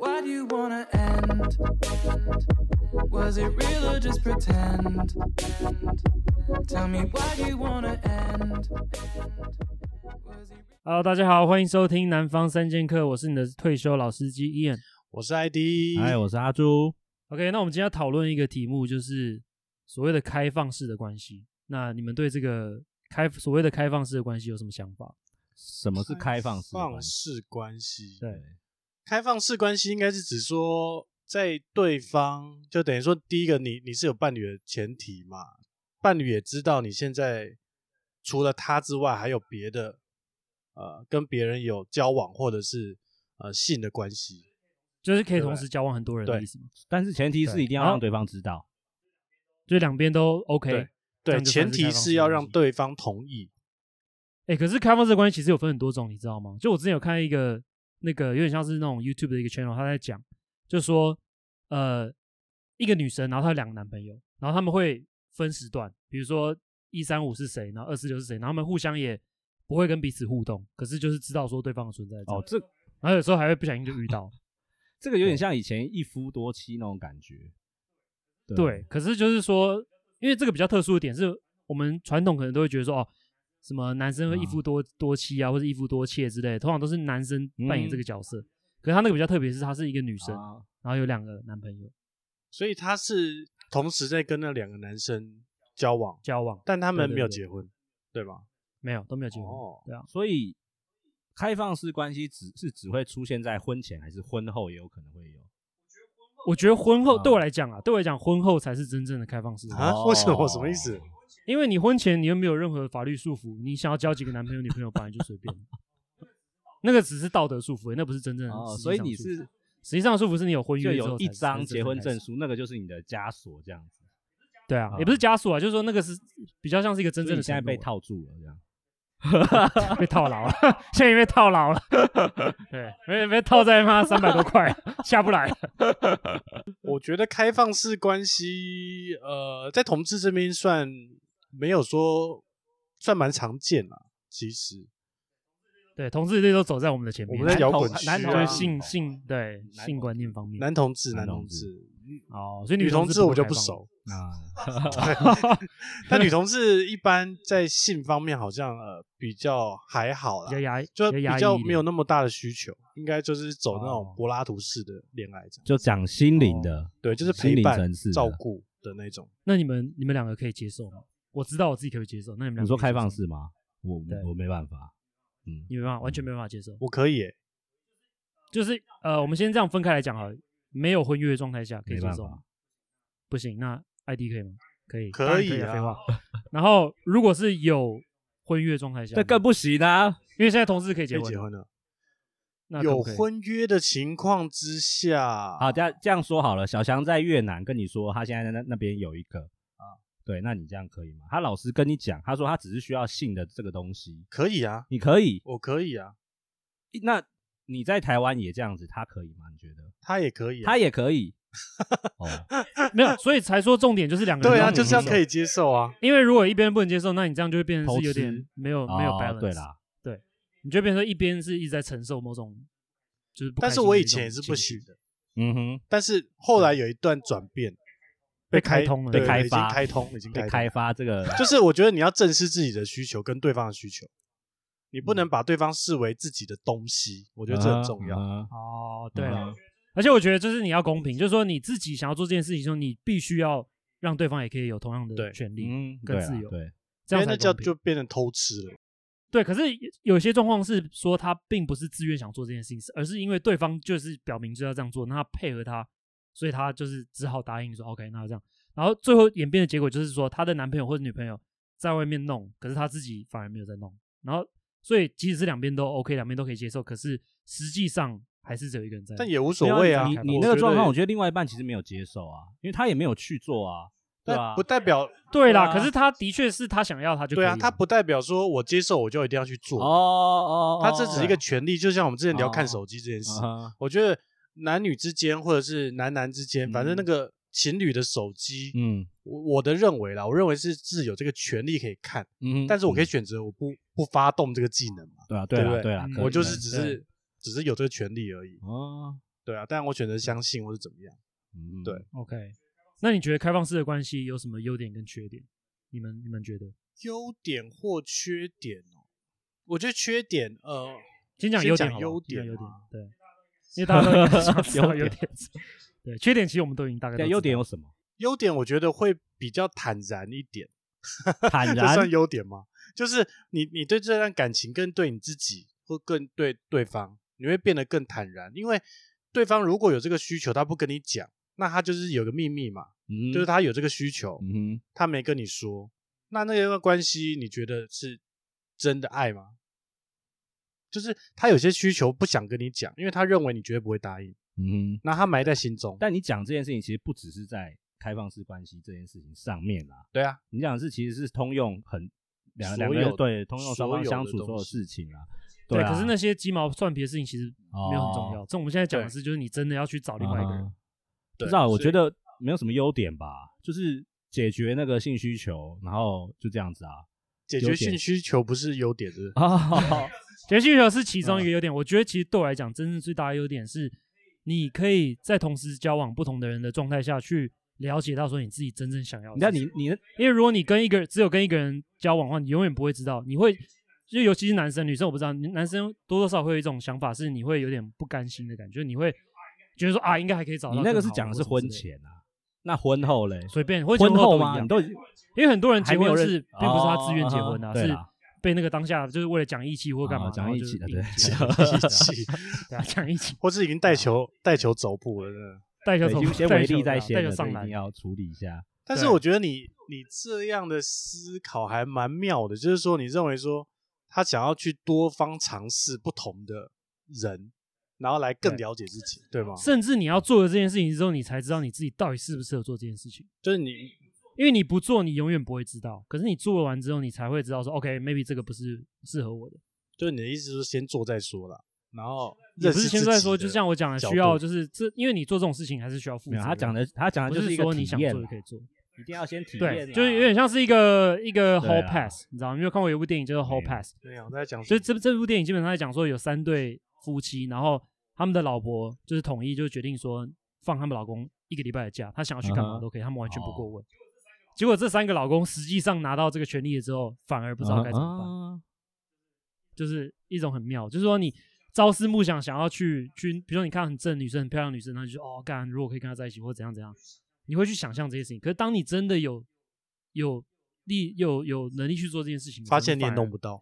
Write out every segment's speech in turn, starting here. how'd you wanna end? Was it real or just pretend? Tell me why'd you wanna end? Was it Hello，大家好，欢迎收听《南方三剑客》，我是你的退休老司机 Ian。我是 ID，哎嗨，我是阿朱。 OK，那我们今天要讨论一个题目，就是所谓的开放式的关系。那你们对这个开所谓的开放式的关系有什么想法？什么是开放式的放关系？式关系。对，开放式关系应该是指说，在对方就等于说，第一个你你是有伴侣的前提嘛，伴侣也知道你现在除了他之外还有别的，呃，跟别人有交往或者是呃性的关系。就是可以对同时交往很多人的对意思吗？但是前提是对一定要然后让对方知道。就两边都 OK。这对，样就算前是提开放式是要关让系对方同意。哎、可是开放式的关系其实有分很多种，你知道吗？就我之前有看一个那个有点像是那种 YouTube 的一个 channel，他在讲，就说呃一个女生，然后她有两个男朋友，然后他们会分时段，比如说一三五是谁，然后二四六是谁，然后他们互相也不会跟彼此互动，可是就是知道说对方的存在。哦，，这然后有时候还会不小心就遇到。这个有点像以前一夫多妻那种感觉。啊对，，可是就是说，因为这个比较特殊的点是，我们传统可能都会觉得说，哦，什么男生会一夫啊多、多妻啊，或者一夫多妾之类的，通常都是男生扮演这嗯个角色。可是他那个比较特别，是他是一个女生，啊，然后有两个男朋友所以他是同时在跟那两个男生交往，交往，但他们对对没有对结婚，对吗？没有都没有结婚。哦，对啊，所以开放式关系只是只会出现在婚前，还是婚后也有可能会有？我觉得婚后、啊对我来讲啊，对我来讲，婚后才是真正的开放式的关系，啊？ 为什么？什么意思哦？因为你婚前你又没有任何法律束缚，你想要交几个男朋友、女朋友，本来就随便。那个只是道德束缚、那不是真正的嗯哦，实际所以上你束缚是实际上束缚是你有婚就约之后有一才是张真正结婚开始证书，那个就是你的枷锁，这样子。对啊，啊也不是枷锁啊，就是说那个是比较像是一个真所正以你的现在承诺被套住了，这样。啊被套牢了，现在也被套牢了，对，被被套在妈三百多块下不来了。我觉得开放式关系，呃，在同志这边算没有说算蛮常见啦。其实对，同志这都走在我们的前面，我们在摇滚男区男啊就是同性性对男性观念方面男同志，男男同同志志，哦，所以女同志志我就不不开放， 熟。 啊，但女同志一般在性方面好像呃比较还好比较啦，压抑，就比比较压抑较一点没有那么大的需求，应该就是走那种哦柏拉图式的恋爱这样。就讲心灵的，对，就是心陪灵伴层次、的照顾的那种。那你们你们两个可以接受吗？我知道我自己可不可以接受，那你们两个你说可以开接放受式吗？我对我没办法，嗯，你没办法，完全没办法接受。我可以欸，就是呃，我们先这样分开来讲好了，没有婚约的状态下可以没接办受法吗？不行，那 ID 可以吗？可以，可当然以可啊，废啊话。然后如果是有婚约状态下呢，这更不行啊！因为现在同志可以结可以婚，结婚了。那可有不可以啊婚约的情况之下，好，这样这样说好了，小强在越南跟你说，他现在在那那边有一个啊，对，那你这样可以吗？他老实跟你讲，他说他只是需要性的这个东西，可以啊，你可以。我可以啊，那你在台湾也这样子，他可以吗？你觉得？他也可以、啊，他也可以。哦，没有，所以才说重点就是两个人对啊，都不就能是要接可以受。接受啊。因为如果一边不能接受，那你这样就会变成偷是有吃点没有没有哦 balance。对，啦，你就变成说一边是一直在承受某种就是不开但是心我的以一种前也是不情绪行的，嗯哼，但是后来有一段转变，被开开通了对被开已经发开通，已经被开开发这个通。就是我觉得你要正视自己的需求跟对方的需求，你嗯不能把对方视为自己的东西，我我觉得这很重啊要。哦，对嗯了哼，而且我觉得就是你要公平，就是说你自己想要做这件事情的时候，你必须要让对方也可以有同样的对权利，嗯，更对啦自由对，这样因为才那叫公平。就变成偷吃了，对，可是有些状况是说他并不是自愿想做这件事情，而是因为对方就是表明就要这样做，那他配合他，所以他就是只好答应说 OK，那这样。然后最后演变的结果就是说，她的男朋友或者女朋友在外面弄，可是她自己反而没有在弄。然后，所以即使是两边都 OK，两边都可以接受，可是实际上还是只有一个人在弄。但也无所谓啊你。你那个状况，我觉得另外一半其实没有接受啊，因为他也没有去做啊，对吧但不？代表对啦，对啊可是他的确是他想要，他就可对以啊，他不代表说我接受我就一定要去哦做，哦，哦他这只是一个对权利，就像我们之前聊看哦手机这件事嗯，哼我觉得男女之间，或者是男男之间，反正那个情侣的手机，嗯我我的认为啦，我认为是是有这个权利可以看，嗯哼，但是我可以嗯选择我不不发动这个技能嘛，对啊，对对不啊，对对啊嗯，可以我就是可以只是只是有这个权利而已。哦，对啊，但我选择相信或是怎么样。嗯，对 OK，那你觉得开放式的关系有什么优点跟缺点？你们你们觉得？优点或缺点哦，我觉得缺点呃，先讲先优讲点好了，优先讲点优点啊，对，因为大家 都应该想知道优优点是什么。对，缺点其实我们都已经大概都对，知道优点有 什么？优点我觉得会比较坦然一点，坦这算然，优点吗？就是你你对这段感情，跟对你自己，或更对对方，你会变得更坦然，因为对方如果有这个需求，他不跟你讲，那他就是有个秘密嘛，嗯就是，他有这个需求，嗯哼，他没跟你说，那那段关系你觉得是真的爱吗？就是他有些需求不想跟你讲，因为他认为你绝对不会答应，嗯哼。那他埋在心中。但你讲这件事情，其实不只是在开放式关系这件事情上面啦，对啊，你讲的是其实是通用很两两所个有人的对通用双所方有相的处所东有西事情啦。对，啊可是那些鸡毛蒜皮的事情其实没有很重要。哦这我们现在讲的是，就是你真的要去找另外一个人啊。不对知道，我所以觉得没有什么优点吧，就是解决那个性需求，然后就这样子啊。解优决点性需求不是优点，是不是？哦 啊，解决需求是其中嗯一个优点，我觉得其实对我来讲，真正最大的优点是，你可以在同时交往不同的人的状态下去了解到说你自己真正想要的事情。那你你因为如果你跟一个只有跟一个人交往的话，你永远不会知道，你会就尤其是男生女生我不知道，你男生多多少少会有一种想法，是你会有点不甘心的感觉，就是你会觉得说啊，应该还可以找到。你那个是讲的是婚，前啊，那婚后嘞？随便婚前婚后都一吗？样你都已经因为很多人还结没有婚认是并不是他自愿结哦婚啊，对是啦被那个当下就是为了讲义气或干嘛哦讲然后义就是气的硬对 结讲对啊义气对啊，讲义气，或是已经带球带球走步了，真的。带球对已从经先带为球例在对啊先带球了，这上一来定，要处理一下。但是对我觉得你你这样的思考还蛮妙的，就是说你认为说他想要去多方尝试不同的人，然后来更对了解自己，对吗？甚至你要做了这件事情之后，你才知道你自己到底适不适合做这件事情。就是你因为你不做，你永远不会知道。可是你做完之后，你才会知道说，OK，maybe、这个不是适合我的。就是你的意思是先做再说啦，然后也认不识是现自在己说，的就像我讲的，角需要度就是这，因为你做这种事情还是需要负责没任。啊有，他讲的他讲的不就是一个说体你想验做就啦可以做，一定要先体验啊对，啦，就是有点像是一个一个对 hall 啊 pass，、你知道吗？你有没有看过有一部电影叫做没 hall 有 pass，没有我在讲什所么，以这这部电影基本上在讲说有三对夫妻，然后他们的老婆就是统一就决定说放他们老公一个礼拜的假，他想要去干嗯嘛哼都可以，他们完全不过哦问。结果这三个老公实际上拿到这个权利了之后，反而不知嗯道该怎么办。办。就是一种很妙，就是说你朝思暮想想要去去，比如说你看很正的女生、很漂亮的女生，然后就说哦，干，如果可以跟她在一起或怎样怎样，你会去想象这些事情。可是当你真的有有力、有有能力去做这件事情的时候，发现你也弄不不 到，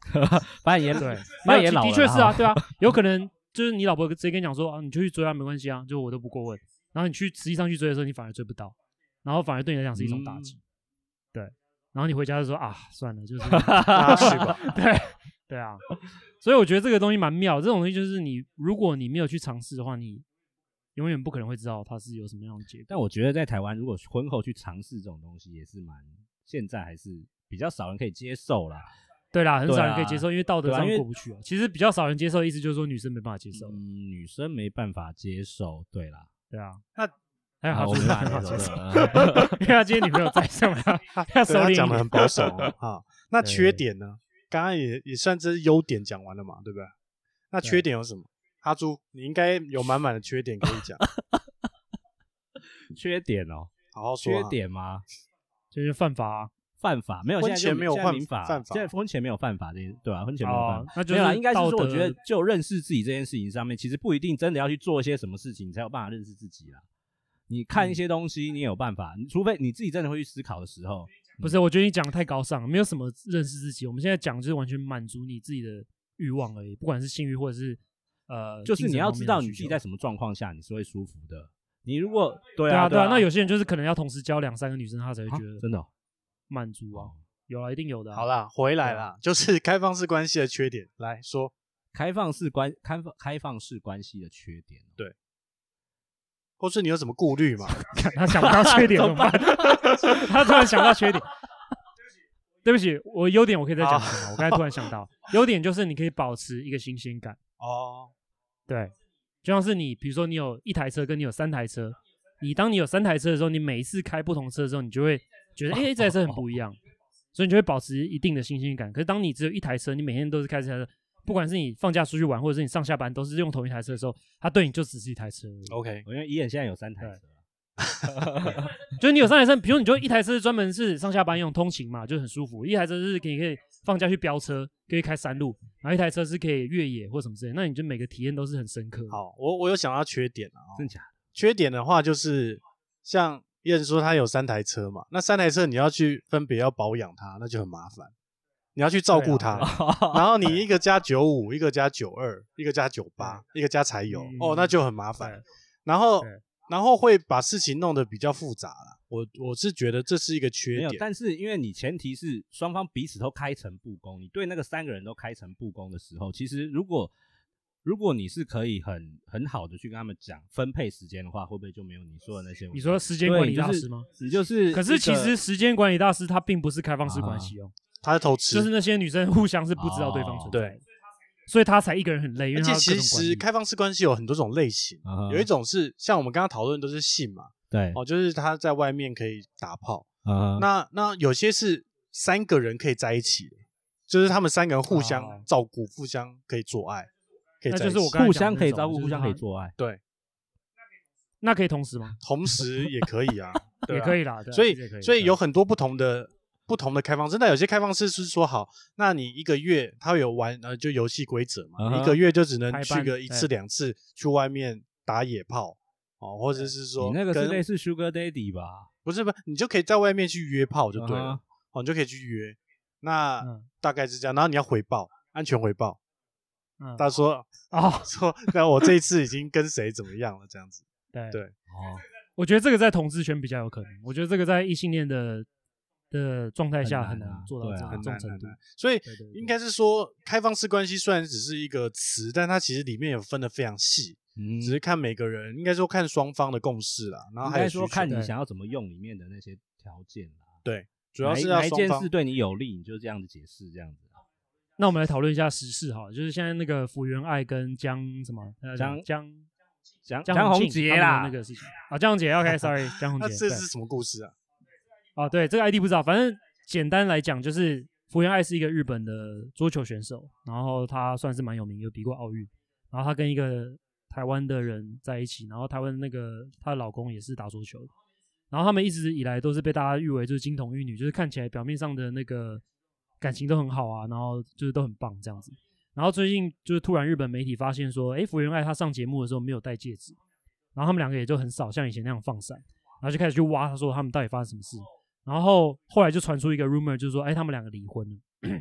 反正也 对，没反正也有老的了确啦是啊，对啊，有可能就是你老婆直接跟你讲说啊，你就去追啊，没关系啊，就我都不过问。然后你去实际上去追的时候，你反而追不到，然后反而对你来讲是一种打击。嗯对，然后你回家就说啊，算了，就是 大家去吧。 对对啊，所以我觉得这个东西蛮妙。这种东西就是你，如果你没有去尝试的话，你永远不可能会知道它是有什么样的结果。 但我觉得在台湾，如果婚后去尝试这种东西，也是蛮现在还是比较少人可以接受啦。对啦，很对少人可以啊接受，因为道德对啊上因为过不去啊。其实比较少人接受，意思就是说女生没办法接受。嗯，女生没办法接受，对啦，对啊，那还有啊他我自己没办没法办接法受接受， 对。因为他今天女朋友在啊上面，他 要对收他敛一讲的点 很保守哦啊。那对缺点呢？刚刚也也算这是优点讲完了嘛，对不对？那缺对点有什么？阿朱，你应该有满满的缺点可以讲，缺点哦，好 好说啊。缺点吗？就是犯法啊、犯法没有，婚现在就前没有现在犯民法，犯法现在婚前没有犯法这件，对吧、啊婚前没有犯哦法，，那就没有啦，是应该是道说，我觉得德就认识自己这件事情上面，其实不一定真的要去做一些什么事情，你才有办法认识自己啦。你嗯看一些东西，你也有办法，你除非你自己真的会去思考的时候，不是，我觉得你讲的太高尚了，没有什么认识自己。我们现在讲就是完全满足你自己的欲望而已，不管是性欲或者是呃，就是你要知道你自精神己方面的需求在什么状况下你是会舒服的。你如果对对啊啊对啊。啊，那有些人就是可能要同时交两三个女生，他才会啊觉得真的哦满足啊，有啊，一定有的啊。好啦，回来啦，就是开放式关系的缺点，来说开放式关开放开放式关系的缺点哦，或是你有什么顾虑嘛？看他想不到缺点 怎么办？他突然想到缺点。对不起，啊我优点我可以再讲一下吗。我刚才突然想到，优点就是你可以保持一个新鲜感。哦，对，就像是你，比如说你有一台车，跟你有三台车，你当你有三台车的时候，你每一次开不同车的时候，你就会觉得，哎、这台车很不一样，所以你就会保持一定的新鲜感。可是当你只有一台车，你每天都是开这台车，不管是你放假出去玩，或者是你上下班都是用同一台车的时候，他对你就只是一台车而已。 OK，因为伊人现在有三台车啊，就是你有上台车，比如你就一台车专门是上下班用通勤嘛，就很舒服；一台车是你可以放假去飙车，可以开山路；然后一台车是可以越野或什么之类的，那你就每个体验都是很深刻。，好，我我有想到缺点啊、哦真假的？缺点的话就是像燕说他有三台车嘛，那三台车你要去分别要保养它，那就很麻烦，你要去照顾它，对然后你一个加九五，一个加九二，一个加九八，一个加柴油，嗯哦，那就很麻烦。然后对然后会把事情弄得比较复杂啦。我我是觉得这是一个缺没有点，，但是因为你前提是双方彼此都开诚布公，你对那个三个人都开诚布公的时候，其实如果如果你是可以很很好的去跟他们讲分配时间的话，会不会就没有你说的那些问题？你说时间管理大师吗？对？你就是，你就是可是其一个实时间管理大师他并不是开放式关啊系哦，他在偷吃。就是那些女生互相是不知道对方存在，哦对，所以他才一个人很累，因为而他且有各其种管理嗯实开放式关系有很多种类型，啊哈有一种是像我们刚刚讨论都是性嘛，对，哦，就是他在外面可以打炮。啊哈那那有些是三个人可以在一起的，就是他们三个人互哦相照顾，互相可以做爱，可以那在就一是我起刚才互讲的相可以那种照顾，就是互相可以他做爱。对，那可以同时吗？同时也可以啊，对也啊可以啦，对啊所以其实也可所以对有很多不同的不同的开放式，那有些开放式是说好，那你一个月它有玩呃就游戏规则嘛，嗯你哼一个月就只能排去班个一次对两次去外面打野炮哦，或者是说你那个是跟类似 Sugar Daddy 吧？不是不是，你就可以在外面去约炮就对了嗯哼哦，你就可以去约，那嗯大概是这样，然后你要回报安全回报，嗯他说哦，说那我这一次已经跟谁怎么样了这样子，对对哦，我觉得这个在同志圈比较有可能，我觉得这个在异性恋的的状态下很很难啊难做到对这啊样很这难种程很度难。，所 以对对对应该是说开放式关系虽然只是一个词，但它其实里面有分的非常细，嗯只是看每个人，应该说看双方的共识啦，然后应还有该需说求看你对想要怎么用里面的那些条件啦。主要哪一是要哪一双件方事对你有利，你就这样子解释，这样子。那我们来讨论一下时事哈，就是现在那个福原爱跟江什么呃江江江江江宏宏庆杰他们的啦，那个事情啊，江宏杰 OK，sorry，江宏 那杰这对是什么故事啊？哦，对，这个 ID 不知道，反正简单来讲就是福原爱是一个日本的桌球选手，然后他算是蛮有名，有比过奥运，然后他跟一个台湾的人在一起，然后台湾那个她的老公也是打桌球的，然后他们一直以来都是被大家誉为就是金童玉女，就是看起来表面上的那个感情都很好啊，然后就是都很棒这样子。然后最近就是突然日本媒体发现说，诶，福原爱她上节目的时候没有戴戒指，然后他们两个也就很少像以前那样放闪，然后就开始去挖，他说他们到底发生什么事。然后后来就传出一个 rumor，就是说，哎，他们两个离婚了。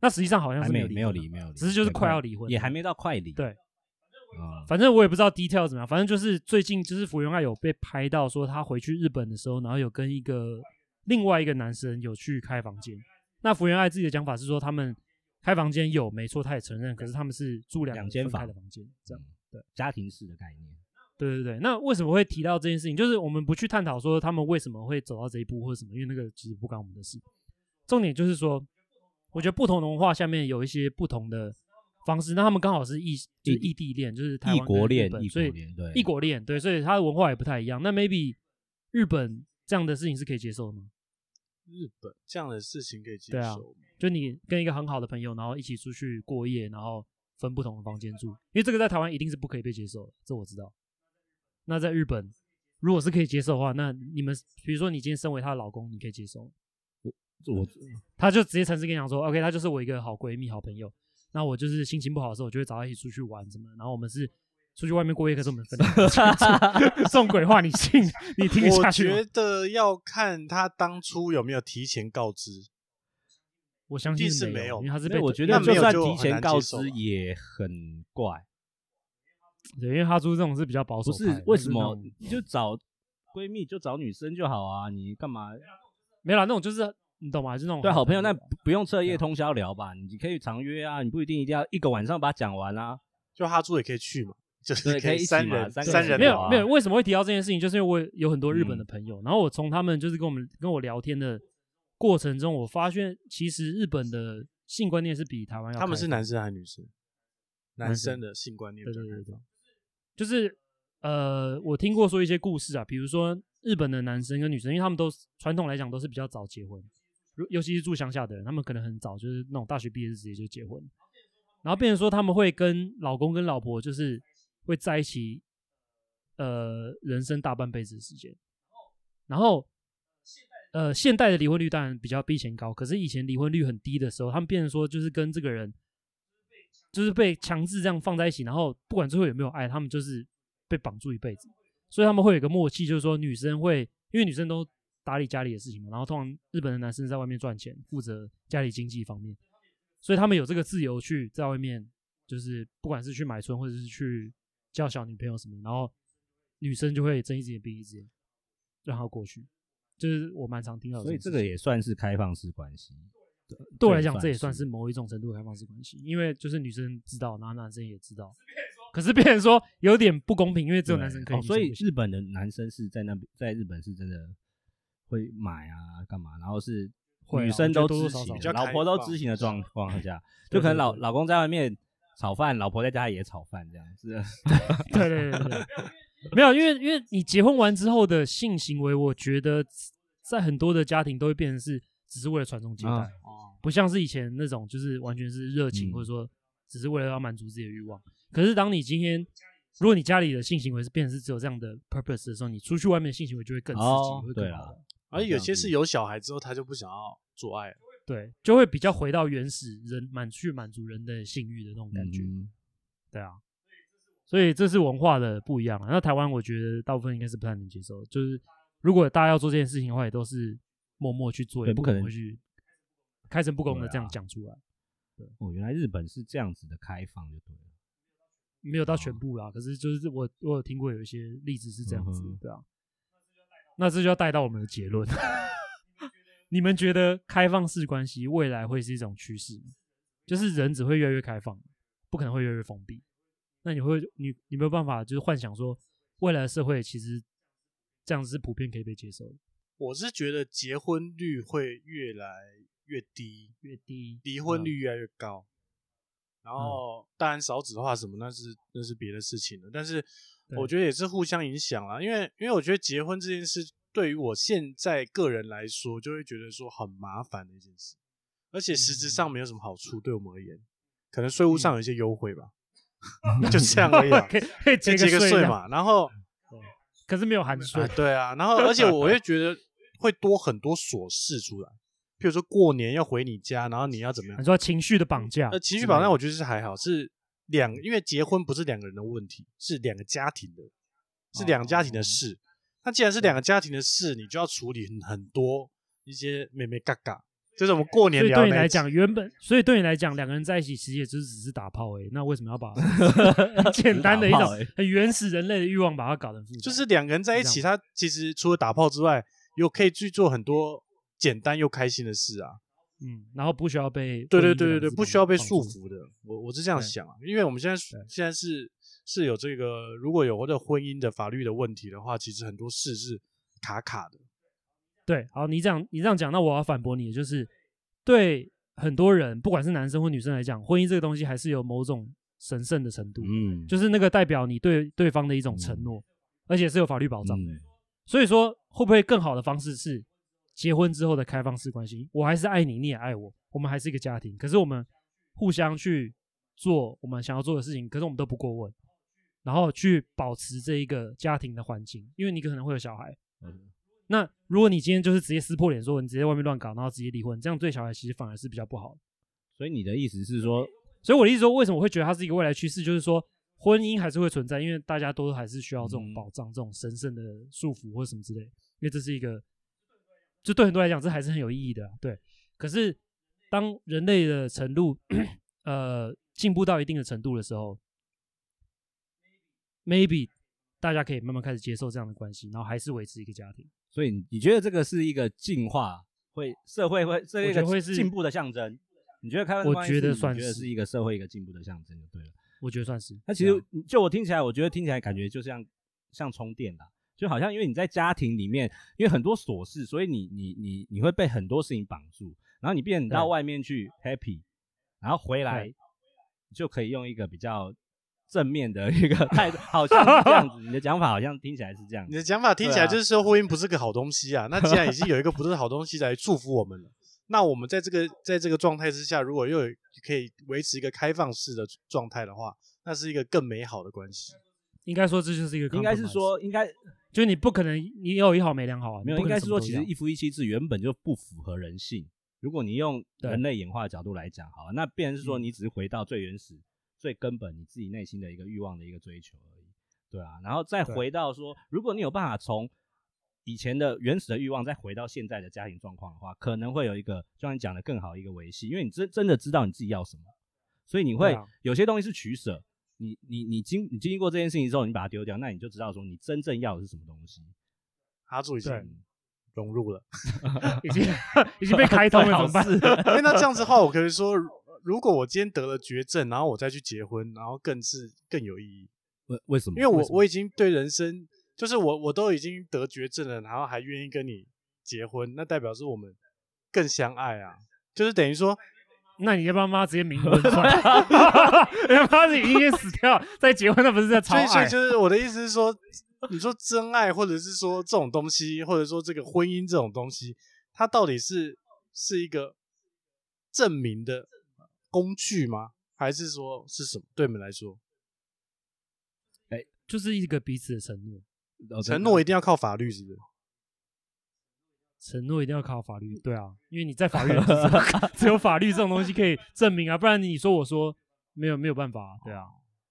那实际上好像还是没有有离没有婚啊离，没有离，只是就是对快要离婚也还没到快离。对嗯，反正我也不知道 detail 怎么样，反正就是最近就是福原爱有被拍到说她回去日本的时候，然后有跟一个另外一个男生有去开房间。那福原爱自己的讲法是说他们开房间有没错，她也承认，可是他们是住两个两间分开房嗯的房间，这样。对，家庭式的概念。对对对，那为什么会提到这件事情？就是我们不去探讨说他们为什么会走到这一步或者什么，因为那个其实不关我们的事。重点就是说，我觉得不同的文化下面有一些不同的方式，那他们刚好是异就是异异地恋，就是台异湾跟国日恋，本异所国以恋，对，异国恋对，所以它的文化也不太一样。那 maybe 日本这样的事情是可以接受的吗？日本这样的事情可以接对啊受吗，就你跟一个很好的朋友，然后一起出去过夜，然后分不同的房间住，因为这个在台湾一定是不可以被接受的，这我知道。那在日本，如果是可以接受的话，那你们比如说你今天身为她的老公，你可以接受吗，我她就直接诚实跟你讲说，OK，她就是我一个好闺蜜、好朋友。那我就是心情不好的时候，我就会找她一起出去玩什么的，然后我们是出去外面过夜，可是我们分两个房间住送鬼话，你信？你听得我下去吗觉得要看他当初有没有提前告知，我相信一定是没没有因为他是没被有我觉那得没就有算就提很前难告接知受啊也很怪，对，因为哈猪这种是比较保守不派的，是为什那么种你就找闺蜜就找女生就好啊？你干嘛？没有啦，那种就是你懂吗？就是那种对，啊好朋友那吧不不用彻夜对啊通宵聊吧，你可以常约啊，你不一定一定要一个晚上把它讲完啊。就哈猪也可以去嘛，就是对可以一以起三嘛人三对个三人没聊有啊没有，为什么会提到这件事情？就是因为我有很多日本的嗯朋友，然后我从他们就是跟我们跟我聊天的过程中，我发现其实日本的性观念是比台湾要他们开是放男生还是女生？男男生生的性观念比对较对开对对放，就是呃，我听过说一些故事啊，比如说日本的男生跟女生，因为他们都是传统来讲都是比较早结婚，如尤其是住乡下的人，他们可能很早就是那种大学毕业就直接就结婚。然后变成说他们会跟老公跟老婆就是会在一起，呃，人生大半辈子的时间。然后，呃，现代的离婚率当然比较比以前高，可是以前离婚率很低的时候，他们变成说就是跟这个人就是被强制这样放在一起，然后不管最后有没有爱，他们就是被绑住一辈子。所以他们会有一个默契，就是说女生会因为女生都打理家里的事情嘛，然后通常日本的男生在外面赚钱，负责家里经济方面，所以他们有这个自由去在外面，就是不管是去买春或者是去交小女朋友什么的，然后女生就会睁一只眼闭一只眼，让她过去。就是我蛮常听到的所种以事情，这个也算是开放式关系。对我来讲，这也算是某一种程度的开放式关系，因为就是女生知道，然后男生也知道。可是别人说有点不公平，因为只有男生可以，哦女生所以 不行日本的男生是在那边，在日本是真的会买啊，干嘛？然后是会啊女生都我觉得多知多少情少，会老婆都知情的状况 下，啊对就可能对老对老公在外面炒饭，老婆在家也炒饭，这样子。对对 对对对，没有，因为因为你结婚完之后的性行为，我觉得在很多的家庭都会变成是只是为了传宗接代，啊哦不像是以前那种就是完全是热情、嗯或者说只是为了要满足自己的欲望。可是当你今天如果你家里的性行为是变成是只有这样的 purpose 的时候，你出去外面的性行为就会更刺激，哦会对更啦好玩。而且有些是嗯有小孩之后他就不想要做爱了，对，就会比较回到原始人满去满足人的性欲的那种感觉。嗯对啊，所以这是文化的不一样啊。那台湾我觉得大部分应该是不太能接受，就是如果大家要做这件事情的话，也都是默默去做，对也不不可能能会去开诚布公的对啊这样讲出来，哦，原来日本是这样子的开放，就对了。没有到哦全部啦。可是就是我我有听过有一些例子是这样子嗯的，哼对啊。那这就要带到我们的结论， 你们觉得开放式关系未来会是一种趋势吗？就是人只会越来越开放，不可能会越来越封闭。那你会你你没有办法就是幻想说未来的社会其实这样子是普遍可以被接受的，我是觉得结婚率会越来越低，越低离婚率越来越高。嗯然后当然少子化什么，那是那是别的事情了。但是对我觉得也是互相影响啦，因为因为我觉得结婚这件事对于我现在个人来说，就会觉得说很麻烦的一件事，而且实质嗯上没有什么好处，对我们而言，可能税务上有一些优 惠吧，就这样而已、啊 ，可以可以结就结个税税这样，嘛。然后可是没有含 税啊，，对啊，然后而且我会觉得会多很多琐事出来，譬如说过年要回你家，然后你要怎么样你？说情绪的绑架，呃，情绪绑架我觉得是还好，是两，因为结婚不是两个人的问题，是两个家庭的，是两个家哦庭的事。那既然是两个家庭的事，你就要处理很很多一些妹妹嘎嘎，就是我们过年所以聊对的你那来一集讲，原本所以对你来讲，两个人在一起其实也就是只是打炮而已。那为什么 要把很简单的一打种炮而已很原始人类的欲望把它搞得很复杂？就是两个人在一起，这他其实除了打炮之外，又可以去做很多简单又开心的事啊。嗯，然后不需要被婚姻这对对对两对个对，字不绑需要被绑束住缚的。我我是这样对想啊，因为我们现在现在是是有这个，如果有或者婚姻的法律的问题的话，其实很多事是卡卡的。对，好，你这样你这样讲，那我要反驳你，就是对很多人，不管是男生或女生来讲，婚姻这个东西还是有某种神圣的程度，嗯，就是那个代表你对对方的一种嗯承诺，而且是有法律保障的。嗯所以说，会不会更好的方式是结婚之后的开放式关系？我还是爱你，你也爱我，我们还是一个家庭，可是我们互相去做我们想要做的事情，可是我们都不过问，然后去保持这一个家庭的环境，因为你可能会有小孩。嗯那如果你今天就是直接撕破脸说你直接外面乱搞，然后直接离婚，这样对小孩其实反而是比较不好的。所以你的意思是说，所以我的意思说，为什么我会觉得它是一个未来趋势，就是说婚姻还是会存在，因为大家都还是需要这种嗯保障、这种神圣的束缚或什么之类，因为这是一个，就对很多人来讲，这还是很有意义的啊、对，可是当人类的程度呃进步到一定的程度的时候，maybe 大家可以慢慢开始接受这样的关系，然后还是维持一个家庭。所以你觉得这个是一个进化，会社会会这我觉一得个会是进步的象征？你觉得开放式我关系觉得你算觉得是是一个社会一个进步的象征，就对了。我觉得算是。那其对啊实就我听起来，我觉得听起来感觉就像像充电啦，就好像因为你在家庭里面，因为很多琐事，所以你你你你会被很多事情绑住，然后你变成到对外面去 happy，然后回来对你就可以用一个比较正面的一个态度，好像是 这样子。你的讲法好像听起来是这样你子，的讲法听起来对啊就是说婚姻不是个好东西啊。那既然已经有一个不是好东西来祝福我们了，那我们在这个在这个状态之下，如果又有可以维持一个开放式的状态的话，那是一个更美好的关系。应该说这就是一个，应该是，说，应该就是你不可能你有一好没两好啊，没有，你不可能应该什是么说，都其要实一夫一妻制原本就不符合人性。如果你用对人类演化的角度来讲，好了，那必然是说嗯你只是回到最原始、最根本你自己内心的一个欲望的一个追求而已，对啊。然后再对回到说，如果你有办法从以前的原始的欲望再回到现在的家庭状况的话，可能会有一个就像你讲的更好的一个维系，因为你真真的知道你自己要什么，所以你会、对啊有些东西是取舍。你你你经你经历过这件事情之后，你把它丢掉，那你就知道说你真正要的是什么东西。阿柱已经对融入了。 已经已经被开通 了，怎么办？因为那这样子的话，我可以说，如如果我今天得了绝症，然后我再去结婚，然后更是更有意义，为为什么？因为我什么我已经对人生，就是我我都已经得绝症了，然后还愿意跟你结婚，那代表是我们更相爱啊。就是等于说，那你要 不要妈直接 冥婚算了？人家妈是已经先死掉，再结婚那不是在超所以所爱以？就是我的意思是说， 你说真爱，或者是说这种东西，或者说这个婚姻这种东西，它到底是是一个证明的工具吗？还是说是什么？对你们来说，就是一个彼此的承诺，哦承真的诺一定要靠法律，是不是？承诺一定要靠法律。对啊，因为你在法律的制 度下只有法律这种东西可以证明啊，不然你说我说没有没有办法啊、对啊，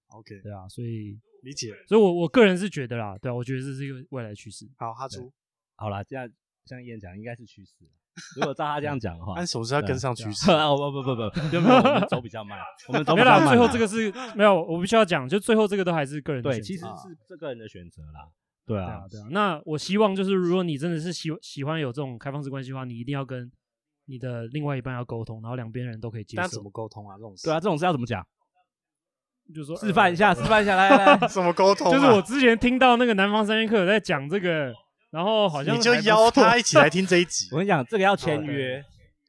OK，对啊，所以理解。所以我我个人是觉得啦，对啊，我觉得这是一个未来趋势。好，哈猪，好啦，这样像燕讲，应该是趋势 了。如果照他这样讲的 话，但总是要跟上趋 势。 啊，不不不不，就没有我们走比较 慢，我们走比没较啦，慢。啊最后这个是没有，我必须要讲，就最后这个都还是个人的对，选择啊其实是这个人的选择啦。对对啊啊，，对啊。那我希望就是，如果你真的是喜喜欢有这种开放式关系的话，你一定要跟你的另外一半要沟通，然后两边人都可以接但怎受。么沟通啊？这种事 对啊，，这种事要怎么讲？就是说示呃范一，下，示范一下，来 来，来怎么沟通呃 啊？就是我之前听到那个南方三剑客有在讲这个，然后好像你就还不邀错他一起来听这一 集我。跟你讲，这个要签好的约，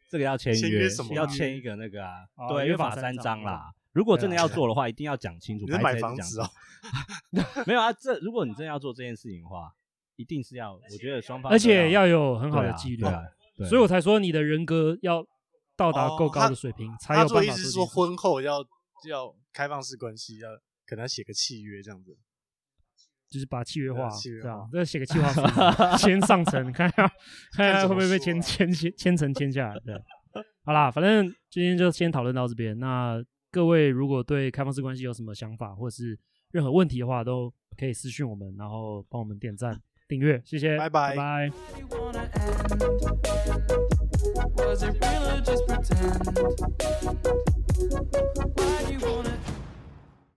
这个要签签约约什么啊要签一个那个啊哦，对，约约法法三三章章啦啊。如果真对的啊要做的话，一定要讲清楚。你是白买纸房讲子哦？没有啊，这如果你真的要做这件事情的话，一定是要，我觉得双方而都且要有很对好的啊纪律对，啊对所以我才说你的人格要到达够高的水平，才有哦他办做法意思是做说这件事婚后要要开放式关系，要可能要写个契约这样子。就是把契约化，对契约对啊化，这写个契约化书， 先上层，看一下看一下会怎么不会被说啊签签签签成签下来。对，啊好啦，反正今天就先讨论到这边。那各位如果对开放式关系有什么想法，或是任何问题的话，都可以私讯我们，然后帮我们点赞、订阅，谢谢，拜拜拜拜。 you wanna end? Was it real or just pretend? Why do you wanna